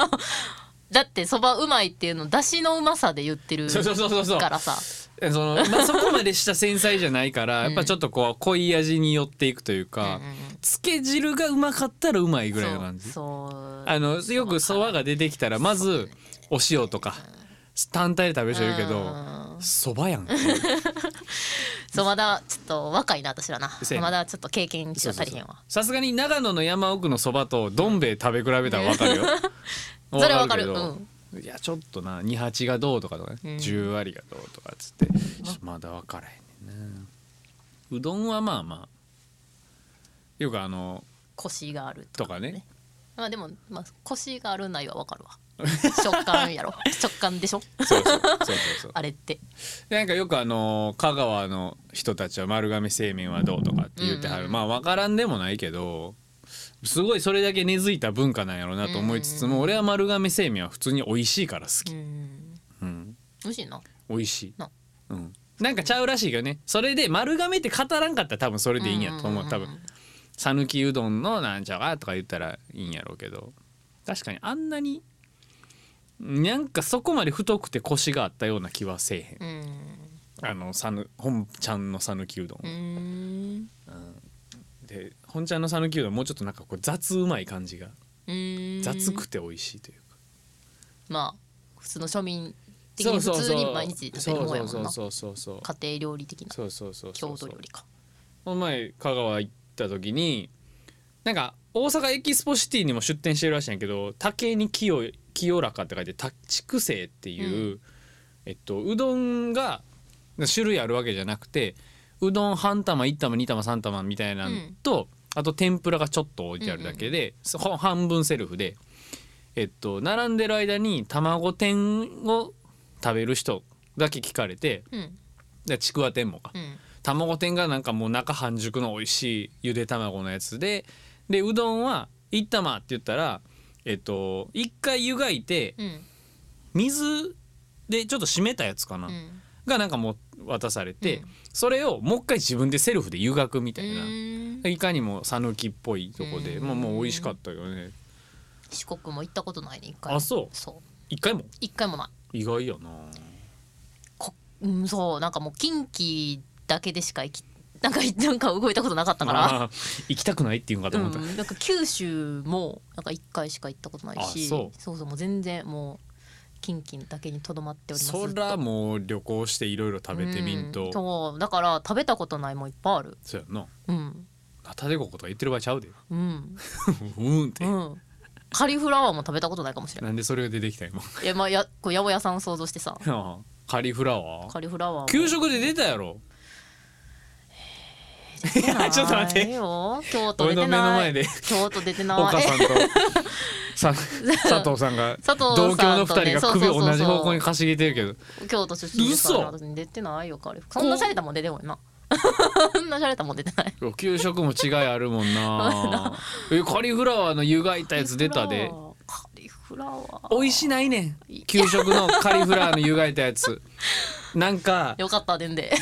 Speaker 1: だってそばうまいっていうのだしのうまさで言ってる
Speaker 2: そうそうそうそうそう
Speaker 1: からさ
Speaker 2: えその、まあ、そこまでした繊細じゃないから、やっぱちょっとこう濃い味に寄っていくというか、
Speaker 1: うんうんうん
Speaker 2: つけ汁がうまかったらうまいぐらいの感じ
Speaker 1: そう
Speaker 2: あのよくそばが出てきたらまずお塩とか単体で食べる人いるけ
Speaker 1: う
Speaker 2: ど
Speaker 1: ん
Speaker 2: そばや ん
Speaker 1: そうまだちょっと若いな私らな
Speaker 2: そうやな
Speaker 1: まだちょっと経験値が足りへんわ
Speaker 2: さすがに長野の山奥のそばとどん兵衛食べ比べたらわかるよ
Speaker 1: それはわかる
Speaker 2: わけどいやちょっとな28がどうとかとかね、
Speaker 1: うん
Speaker 2: 10割がどうとかっつってちょっとまだ分からへんねんなうどんはまあまあよくあの
Speaker 1: コシがあると
Speaker 2: とかね
Speaker 1: まあでもまあコシがあるないはわかるわ食感 やろ食感でしょ
Speaker 2: そうそうそうそうそう
Speaker 1: あれって
Speaker 2: でなんかよくあの香川の人たちは丸亀製麺はどうとかって言ってはる、
Speaker 1: うん
Speaker 2: まあ分からんでもないけどすごいそれだけ根付いた文化なんやろうなと思いつつも、俺は丸亀製麺は普通に美味しいから好
Speaker 1: う
Speaker 2: き、
Speaker 1: ん
Speaker 2: うん、
Speaker 1: 美味しいな
Speaker 2: 美味しい
Speaker 1: な、
Speaker 2: うん、なんかちゃうらしいけどねそれで丸亀って語らんかったら多分それでいいんやと思う多分讃岐うどんのなんちゃらとか言ったらいいんやろうけど確かにあんなになんかそこまで太くてコシがあったような気はせえへ
Speaker 1: う
Speaker 2: ん
Speaker 1: ん
Speaker 2: あのさぬ本ちゃんの讃岐うどん
Speaker 1: う、ーん
Speaker 2: で本ちゃんの讃岐うどんもうちょっとなんかこう雑うまい感じが
Speaker 1: うーん
Speaker 2: 雑くて美味しいというか、
Speaker 1: まあ普通の庶民的に普通に毎日食べるもんやもんな
Speaker 2: そうそうそうそう
Speaker 1: 家庭料理的な
Speaker 2: そうそうそうそう
Speaker 1: 郷土
Speaker 2: そう
Speaker 1: 料理か
Speaker 2: この前香川行った時になんか大阪エキスポシティにも出店してるらしいんやけど竹に清い清らかって書いて竹竹生っていう、えっとうどんが種類あるわけじゃなくてうどん半玉1玉2玉3玉みたいなのと、あと天ぷらがちょっと置いてあるだけで、そほ半分セルフで、えっと、並んでる間に卵天を食べる人だけ聞かれて
Speaker 1: うん
Speaker 2: でちくわ天もか、
Speaker 1: うん
Speaker 2: 卵天がなんかもう中半熟の美味しいゆで卵のやつででうどんは「いったま」って言ったらえっと一回湯がいて
Speaker 1: うん
Speaker 2: 水でちょっと湿めたやつかな、
Speaker 1: うん
Speaker 2: がなんかもう渡されて、
Speaker 1: うん
Speaker 2: それをもう一回自分でセルフで湯がくみ
Speaker 1: う
Speaker 2: たいな、
Speaker 1: ーん
Speaker 2: いかにも讃岐っぽいとこで、
Speaker 1: うん
Speaker 2: まあもう美味しかったよね
Speaker 1: 四国も行ったことないね一回も
Speaker 2: あそう
Speaker 1: そう
Speaker 2: 一回も
Speaker 1: 一回もない
Speaker 2: 意外やな
Speaker 1: こうんそうなんかもう近畿だけでしか行き なんかなんか動いたことなかったから
Speaker 2: あー 行きたくないっていうのかと
Speaker 1: う
Speaker 2: 思った、
Speaker 1: ん、なんか九州もなんか1回しか行ったことないし
Speaker 2: あそう
Speaker 1: そうそうもう全然もう近畿だけにとどまっております
Speaker 2: そ
Speaker 1: ずっと
Speaker 2: らもう旅行していろいろ食べてみんと、
Speaker 1: うんそうだから食べたことないもんいっぱいある
Speaker 2: そうやんな
Speaker 1: うん
Speaker 2: ナタデココとか言ってる場合ちゃうで
Speaker 1: うん
Speaker 2: うんって、
Speaker 1: うんカリフラワーも食べたことないかも しれない
Speaker 2: なんでそれが出てきた今
Speaker 1: いやまあやこう八百屋さんを想像してさ
Speaker 2: ああカリフラワー
Speaker 1: カリフラ ワーも
Speaker 2: 給食で出たやろ
Speaker 1: いや
Speaker 2: ちょっと待って
Speaker 1: ないよ京都
Speaker 2: 俺
Speaker 1: 出
Speaker 2: の
Speaker 1: て
Speaker 2: 目の
Speaker 1: な
Speaker 2: 前
Speaker 1: い
Speaker 2: で
Speaker 1: 京都出てない
Speaker 2: 岡さんとさ佐藤さんが
Speaker 1: 佐藤さんと
Speaker 2: 同
Speaker 1: ね
Speaker 2: 郷の2人が首を同じ方向にかしげてるけど
Speaker 1: 京都出身でさ
Speaker 2: 嘘
Speaker 1: 私出てないよ彼そんな洒落たもん出てこいなそんな洒落たもん出てない
Speaker 2: 給食も違いあるもんなえカリフラワーの湯がいたやつ出た で
Speaker 1: カリフラワー
Speaker 2: 美味しないねん給食のカリフラワーの湯がいたやつなんか
Speaker 1: よかったでんで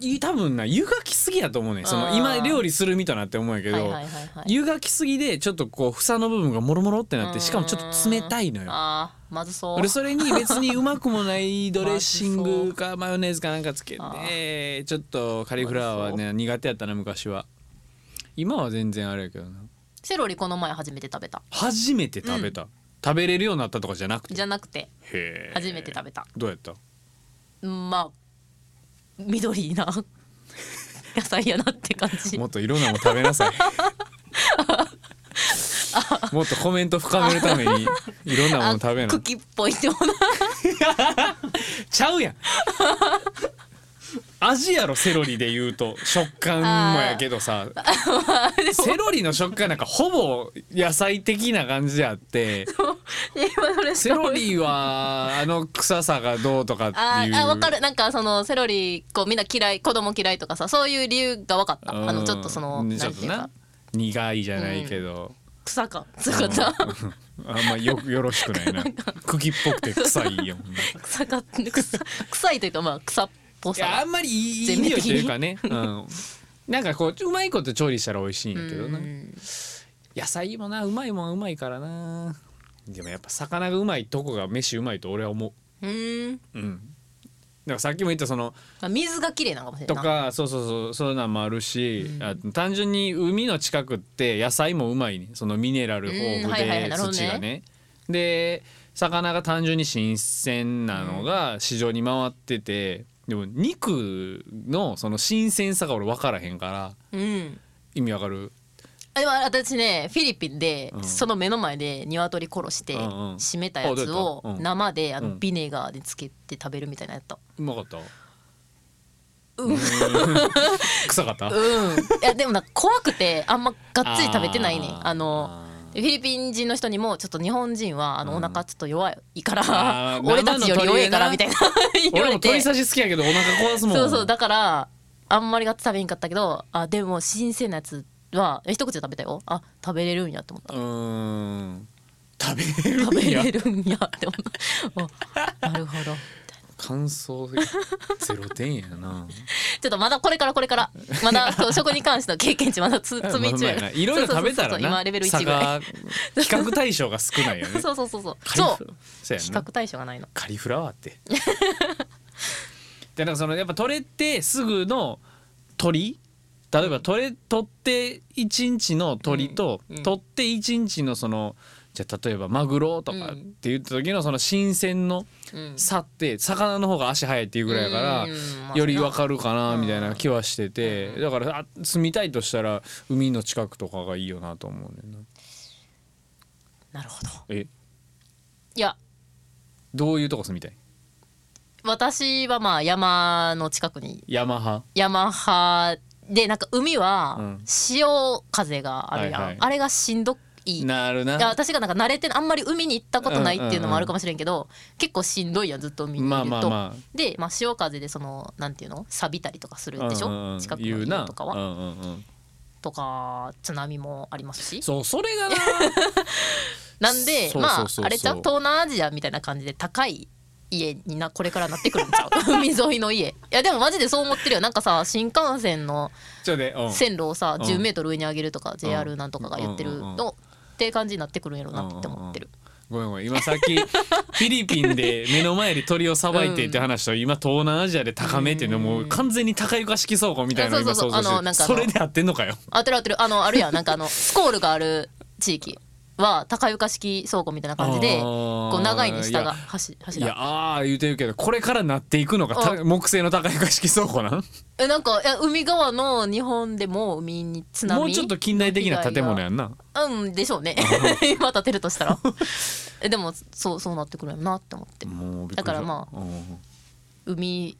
Speaker 2: い多分な湯がきすぎやと思うねんそ
Speaker 1: あ
Speaker 2: の
Speaker 1: ー
Speaker 2: 今料理するみたいなって思うんやけ
Speaker 1: はい
Speaker 2: ど、
Speaker 1: はいはいはい
Speaker 2: 湯がきすぎでちょっとこう房の部分がもろもろってなっ
Speaker 1: う
Speaker 2: て
Speaker 1: ん
Speaker 2: しかもちょっと冷たいのよ
Speaker 1: あーまずそう
Speaker 2: 俺それに別にうまくもないドレッシングかマヨネーズかなんかつけ
Speaker 1: あ
Speaker 2: てちょっとカリフラワーはね苦手やったな昔は今は全然あれやけどな
Speaker 1: セロリこの前初めて食べた
Speaker 2: 初めて食べた、食べれるようになったとかじゃなくて
Speaker 1: じゃなくて
Speaker 2: へえ
Speaker 1: 初めて食べた
Speaker 2: どうやった
Speaker 1: うんまあ緑な 野菜やなって感じ
Speaker 2: もっといろんなもん食べ なさいもっとコメント深めるためにいろんなもの食べ
Speaker 1: あ
Speaker 2: な
Speaker 1: 茎っぽいってもの
Speaker 2: ちゃうやん味やろセロリで言うと食感もやけどさセロリの食感なんかほぼ野菜的な感じであって
Speaker 1: 今それ
Speaker 2: セロリはあの臭さがどうとかって
Speaker 1: あ
Speaker 2: い
Speaker 1: ー
Speaker 2: う
Speaker 1: あ分かるなんかそのセロリこうみんな嫌い子供嫌いとかさそういう理由が分かったあ
Speaker 2: う
Speaker 1: の
Speaker 2: ん
Speaker 1: ちょっとその
Speaker 2: ち
Speaker 1: な
Speaker 2: ょ
Speaker 1: ん
Speaker 2: って
Speaker 1: い
Speaker 2: と
Speaker 1: う
Speaker 2: な
Speaker 1: か
Speaker 2: 苦いじゃないけど、
Speaker 1: 臭か臭かった
Speaker 2: うんあんまよよろしくないな茎っぽくて臭いよ
Speaker 1: 臭かった臭臭いというかまあ草っぽ
Speaker 2: いや
Speaker 1: さ
Speaker 2: あんまりいい
Speaker 1: 全面
Speaker 2: 匂い
Speaker 1: 的
Speaker 2: と
Speaker 1: に
Speaker 2: いうかね、うん、なんかこううまいこと調理したら美味しいんやけどな、
Speaker 1: うん
Speaker 2: 野菜もなうまいもんはうまいからなでもやっぱ魚がうまいとこが飯うまいと俺は思
Speaker 1: うん
Speaker 2: ううんだからさっきも言ったその
Speaker 1: まあ水が綺麗なのかもしれん
Speaker 2: と
Speaker 1: ない
Speaker 2: かそうそうそうそういうのもあるし、あと単純に海の近くって野菜もうまいねそのミネラル
Speaker 1: うん
Speaker 2: 豊
Speaker 1: はい
Speaker 2: 富
Speaker 1: はいはい
Speaker 2: で
Speaker 1: なるほどね
Speaker 2: 土がねで魚が単純に新鮮なのが市場に回ってて、でも肉のその新鮮さが俺分からへんから
Speaker 1: うん
Speaker 2: 意味わかる
Speaker 1: あでも私ねフィリピンで、
Speaker 2: うん
Speaker 1: その目の前で鶏殺して、
Speaker 2: うんうん
Speaker 1: 締めたやつを
Speaker 2: あどうやったうん
Speaker 1: 生であの、
Speaker 2: うん
Speaker 1: ビネガーでつけて食べるみたいなやった
Speaker 2: うまかった
Speaker 1: うん
Speaker 2: 臭かった
Speaker 1: うんいやでもなんか怖くてあんまがっつり食べてないね
Speaker 2: あー
Speaker 1: あのフィリピン人の人にもちょっと日本人はあの
Speaker 2: う
Speaker 1: お
Speaker 2: ん
Speaker 1: 腹ちょっと弱いか
Speaker 2: あ
Speaker 1: ら、
Speaker 2: ー
Speaker 1: 俺たちより弱いからみたいな言わ
Speaker 2: 俺
Speaker 1: れ
Speaker 2: も
Speaker 1: て
Speaker 2: 鳥刺し好きやけどお腹壊すもん
Speaker 1: そうそうだからあんまりがっつり食べにかったけどあでも新鮮なやつは一口で食べたよあ食べれるんやって思った
Speaker 2: うーん食べれる
Speaker 1: 食べ
Speaker 2: んや
Speaker 1: れるんやって 思ったあなるほど
Speaker 2: 感想ゼロ点やな
Speaker 1: ちょっとまだこれからこれからまだそう食に関しての経験値まだつ積み中や
Speaker 2: まあまあいろいろ食べた
Speaker 1: そ
Speaker 2: ら
Speaker 1: うそうそうそう今
Speaker 2: な
Speaker 1: レベル
Speaker 2: 差
Speaker 1: 1ぐら
Speaker 2: が比較対象が少ないよ
Speaker 1: い
Speaker 2: ね
Speaker 1: そうそうそうそう
Speaker 2: カリ
Speaker 1: そう
Speaker 2: フそうや
Speaker 1: 比較
Speaker 2: んな
Speaker 1: 対象がないの
Speaker 2: カリフラワーって でなんかそのやっぱ取れてすぐの鳥例えば取れ取って1日の鳥と、
Speaker 1: うんうん
Speaker 2: 取って1日のそのじゃあ例えばマグロとかっ
Speaker 1: うん
Speaker 2: て言った時のその新鮮の
Speaker 1: うん
Speaker 2: 差って魚の方が足早いっていうぐらいやから、
Speaker 1: うんまあ
Speaker 2: よりわかるかなみたいな気はしてて、
Speaker 1: うん
Speaker 2: だからあ住みたいとしたら海の近くとかがいいよなと思うねんな
Speaker 1: なるほど
Speaker 2: え
Speaker 1: いや
Speaker 2: どういうとこ住みたい
Speaker 1: 私はまあ山の近くに
Speaker 2: 山派
Speaker 1: 山派でなんか海
Speaker 2: う
Speaker 1: は
Speaker 2: ん
Speaker 1: 潮風があるやん、
Speaker 2: はいはい
Speaker 1: あれがしんどい
Speaker 2: なるない
Speaker 1: や私がなんか慣れてあんまり海に行ったことないっていうのもあるかもしれんけど、結構しんどいやんずっと海にいると、
Speaker 2: まあまあま
Speaker 1: で、まあ、潮風でそのなんていうの錆びたりとかする
Speaker 2: あ
Speaker 1: でしょ、
Speaker 2: うんうんうん
Speaker 1: 近くの
Speaker 2: 言う
Speaker 1: 家
Speaker 2: な
Speaker 1: とかは、
Speaker 2: うんうんうん
Speaker 1: とか津波もありますし
Speaker 2: そうそれが
Speaker 1: な
Speaker 2: な
Speaker 1: んで
Speaker 2: そう
Speaker 1: ま
Speaker 2: そ
Speaker 1: あ
Speaker 2: うそうそう
Speaker 1: あれちゃう東南アジアみたいな感じで高い家になこれからなってくるんちゃう 海沿いの家いやでもマジでそう思ってるよなんかさ新幹線の
Speaker 2: ちょっとねうん
Speaker 1: 線路をさ、
Speaker 2: うん
Speaker 1: 10メートル上に上げるとか、
Speaker 2: う
Speaker 1: JR
Speaker 2: ん
Speaker 1: なんとかが言ってる
Speaker 2: うんうん
Speaker 1: の、って感じになってくるんやろなって思ってる、
Speaker 2: ごめんごめん今さっ きフィリピンで目の前で鳥をさばいてって話と、今東南アジアで高めっていうのもう完全に高床式倉庫みたいなの
Speaker 1: そうそ
Speaker 2: 今
Speaker 1: うそう
Speaker 2: 想像して
Speaker 1: あのなん
Speaker 2: る
Speaker 1: かあ
Speaker 2: そ
Speaker 1: の
Speaker 2: れで合ってんのかよ
Speaker 1: 当てる当てるあのあるやんなんかあのスコールがある地域は高床式倉庫みたいな感じで
Speaker 2: あー
Speaker 1: こう長いに下が
Speaker 2: いや
Speaker 1: 柱
Speaker 2: いや
Speaker 1: 柱
Speaker 2: あー言うてるけどこれからなっていくのがた
Speaker 1: う
Speaker 2: 木製の高床式倉庫なん
Speaker 1: えなんかいや海側の日本でも海に津波
Speaker 2: もうちょっと近代的な建物やんな
Speaker 1: うんでしょうね 今建てるとしたらえでもそうそうなってくるよなって思って
Speaker 2: もうびっくりし
Speaker 1: だ
Speaker 2: た
Speaker 1: からま
Speaker 2: あ、うん
Speaker 1: 海海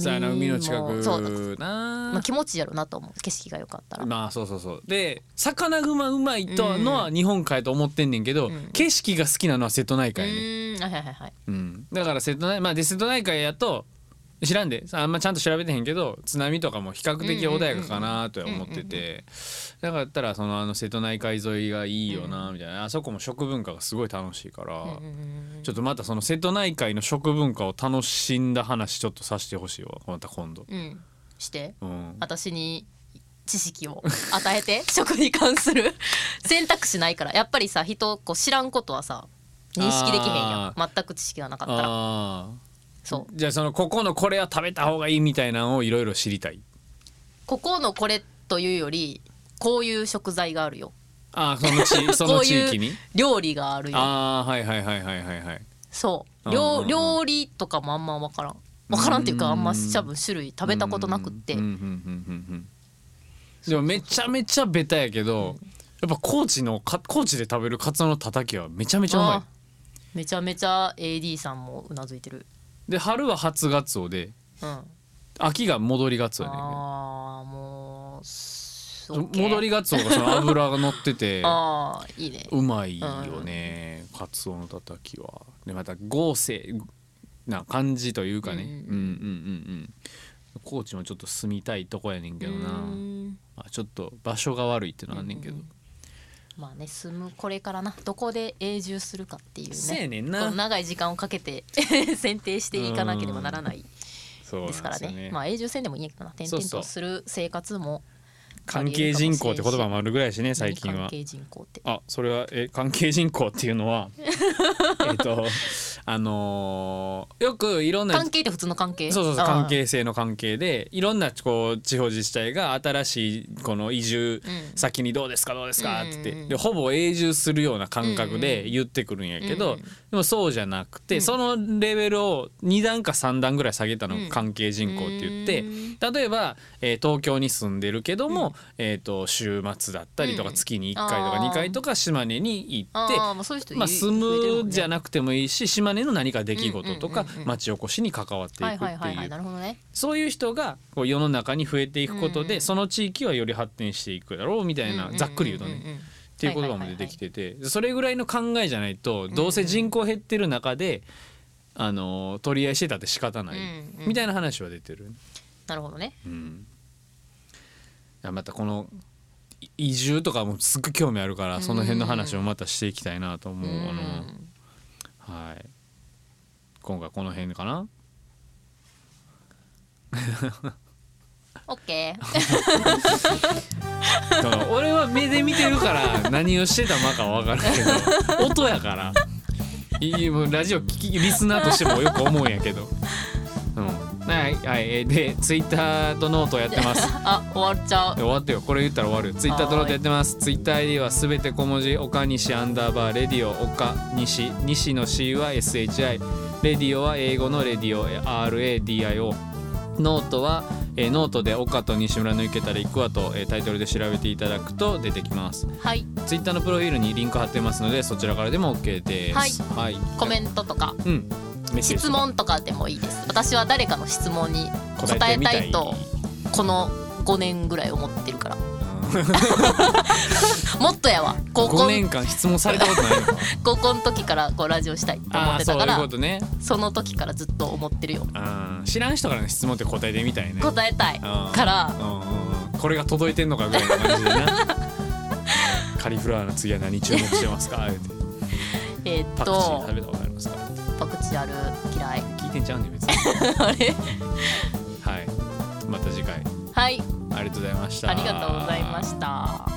Speaker 2: そうやな海の近
Speaker 1: もそうだ
Speaker 2: くな
Speaker 1: まあ、気持ちいいやろうなと思う景色が良かったら、
Speaker 2: まあそうそうそうで魚熊うまいとのは
Speaker 1: う
Speaker 2: 日本海と思ってんねんけど、
Speaker 1: うん
Speaker 2: 景色が好きなのは瀬戸内
Speaker 1: う
Speaker 2: 海やね、
Speaker 1: ーんはいはいはいはい
Speaker 2: うんだから瀬戸内まあで瀬戸内海やと知らんであんまちゃんと調べてへんけど津波とかも比較的穏やかかなとは思っててだからやったらそのあの瀬戸内海沿いがいいよなみたいなあそこも食文化がすごい楽しいから、
Speaker 1: うんうんうん
Speaker 2: ちょっとまたその瀬戸内海の食文化を楽しんだ話ちょっとさせてほしいわまた今度。
Speaker 1: うんして
Speaker 2: うん、
Speaker 1: 私に知識を与えて食に関す る選択肢ないからやっぱりさ人こう知らんことはさ認識できへんや
Speaker 2: あ
Speaker 1: ん全く知識がなかったら
Speaker 2: あー
Speaker 1: そう
Speaker 2: じゃあそのここのこれは食べた方がいいみたいなのをいろいろ知りたい
Speaker 1: ここのこれというよりこういう食材があるよ
Speaker 2: ああそ の地そ
Speaker 1: こ
Speaker 2: の
Speaker 1: う
Speaker 2: 地域に
Speaker 1: いう料理があるよ
Speaker 2: ああはいはいはいはいはいはい
Speaker 1: そう
Speaker 2: うんうん
Speaker 1: 料
Speaker 2: うん
Speaker 1: 料理とかもあんま分からん分からんっていうかあんま多分種類食べたことなくって
Speaker 2: うんうんうんうんうんでもめちゃめちゃベタやけど、やっぱ高知のか高知で食べるカツオのたたきはめちゃめちゃうま
Speaker 1: あめちゃめちゃ AD さんもうなずいてる
Speaker 2: いで春は初ガツオで
Speaker 1: うんあ
Speaker 2: 秋が戻りガツオやねんけど
Speaker 1: あーもうす
Speaker 2: そ
Speaker 1: OK
Speaker 2: 戻りガツオがその脂が乗ってて
Speaker 1: ああいいね
Speaker 2: うまいよね、カツオのたたきはでまた豪勢な感じというかね、
Speaker 1: う
Speaker 2: うん
Speaker 1: う
Speaker 2: ん、うんんうんうん高知もちょっと住みたいとこやねんけど
Speaker 1: う
Speaker 2: な
Speaker 1: ーん
Speaker 2: あちょっと場所が悪いってのはあんねんけど、
Speaker 1: うんうんまあね住むこれからなどこで永住するかっていう
Speaker 2: せや
Speaker 1: ね
Speaker 2: ねん
Speaker 1: こう
Speaker 2: な
Speaker 1: 長い時間をかけて 選定していかなければならない
Speaker 2: そう
Speaker 1: ですからね
Speaker 2: なんですよ
Speaker 1: まあ永住戦でもいいんやけどな転
Speaker 2: そう
Speaker 1: 々
Speaker 2: そう
Speaker 1: とする生活も
Speaker 2: 関係人口って言葉もあるぐらいやしね最近
Speaker 1: 関
Speaker 2: は
Speaker 1: 係人口って
Speaker 2: あそれはえ関係人口っていう のはえっとあのーよくいろんな
Speaker 1: 関係って普通の関係
Speaker 2: そうそうそう
Speaker 1: ああ
Speaker 2: 関係性の関係でいろんなこう地方自治体が新しいこの移住
Speaker 1: うん
Speaker 2: 先にどうですかどうですかって言って
Speaker 1: うんうんうん
Speaker 2: でほぼ永住するような感覚
Speaker 1: うん
Speaker 2: で言ってくるんやけど、
Speaker 1: うんうん
Speaker 2: でもそうじゃなくて、
Speaker 1: うん
Speaker 2: そのレベルを2段か3段ぐらい下げたの
Speaker 1: うん
Speaker 2: が関係人口って言って。
Speaker 1: うん
Speaker 2: 例えば、えー東京に住んでるけども、えー、と週末だったりとか
Speaker 1: うん
Speaker 2: 月に1回とか
Speaker 1: あー
Speaker 2: 2回とか島根に行って
Speaker 1: ああもうそういう人いる
Speaker 2: まあ、住むじゃ
Speaker 1: な
Speaker 2: なくてもいいし島根の何か出来事と
Speaker 1: う
Speaker 2: か
Speaker 1: んうんうんうん
Speaker 2: 町おこしに関わっていく
Speaker 1: は
Speaker 2: っ
Speaker 1: い
Speaker 2: て
Speaker 1: はいはい
Speaker 2: い
Speaker 1: はいうなるほどね
Speaker 2: そういう人がこう世の中に増えていくこと
Speaker 1: うんう
Speaker 2: で
Speaker 1: ん
Speaker 2: その地域はより発展していくだろうみたいなざっくり言うと
Speaker 1: んん
Speaker 2: ね
Speaker 1: んん
Speaker 2: っていう言葉も出てきててそれぐらいの考えじゃないとどうせ人口減ってる中であの取り合いしてたって仕方ない
Speaker 1: うんうん
Speaker 2: みたいな話は出てる。
Speaker 1: なるほどね
Speaker 2: うん、いやまたこのい移住とかもすっごい興味あるからその辺の話をまたしていきたいなと思うあの
Speaker 1: うん
Speaker 2: はい今回この辺かな
Speaker 1: オッケー
Speaker 2: その俺は目で見てるから何をしてたまかは分かるけど音やからいいもうラジオ聞きリスナーとしてもよく思うんやけど、うん、はいはいえーでツイッターとノートやってます
Speaker 1: あ終わっちゃう
Speaker 2: 終わってよこれ言ったら終わるツイッターとノートやってますツイッター ID はすべて小文字岡西アンダーバーレディオ岡西西の C は SHI レディオは英語のレディオ RADIO ノートは、えーノートで岡と西村の行けたら行くわと、えータイトルで調べていただくと出てきます
Speaker 1: はい
Speaker 2: ツイッターのプロフィールにリンク貼ってますのでそちらからでも OK ですはい、
Speaker 1: コメントとか
Speaker 2: うんメッセージ
Speaker 1: 質問とかでもいいです私は誰かの質問に答
Speaker 2: 答
Speaker 1: え
Speaker 2: え
Speaker 1: た
Speaker 2: た
Speaker 1: い
Speaker 2: い
Speaker 1: とこの5年ぐらい思ってるからもっとやわ高校
Speaker 2: 5年間質問されたこ とないのか
Speaker 1: 高校の時からこうラジオしたいと思
Speaker 2: あ
Speaker 1: っ
Speaker 2: あ
Speaker 1: て
Speaker 2: そ
Speaker 1: た
Speaker 2: うい
Speaker 1: か
Speaker 2: う
Speaker 1: ら
Speaker 2: ことね
Speaker 1: その時からずっと思ってるよ
Speaker 2: あー知らん人からの質問って答えてみたいね
Speaker 1: 答えたい
Speaker 2: あー
Speaker 1: から
Speaker 2: うんうんうんこれが届いてんのかぐらいの感じでな うんカリフラワーの次は何注目してますか言うて
Speaker 1: えーっ
Speaker 2: パクチー
Speaker 1: と
Speaker 2: 食べたことありますか
Speaker 1: パクチーある嫌い
Speaker 2: 聞いてんちゃうんで別に
Speaker 1: あれ
Speaker 2: はいまた次回
Speaker 1: はい
Speaker 2: ありがとうございました
Speaker 1: ありがとうございました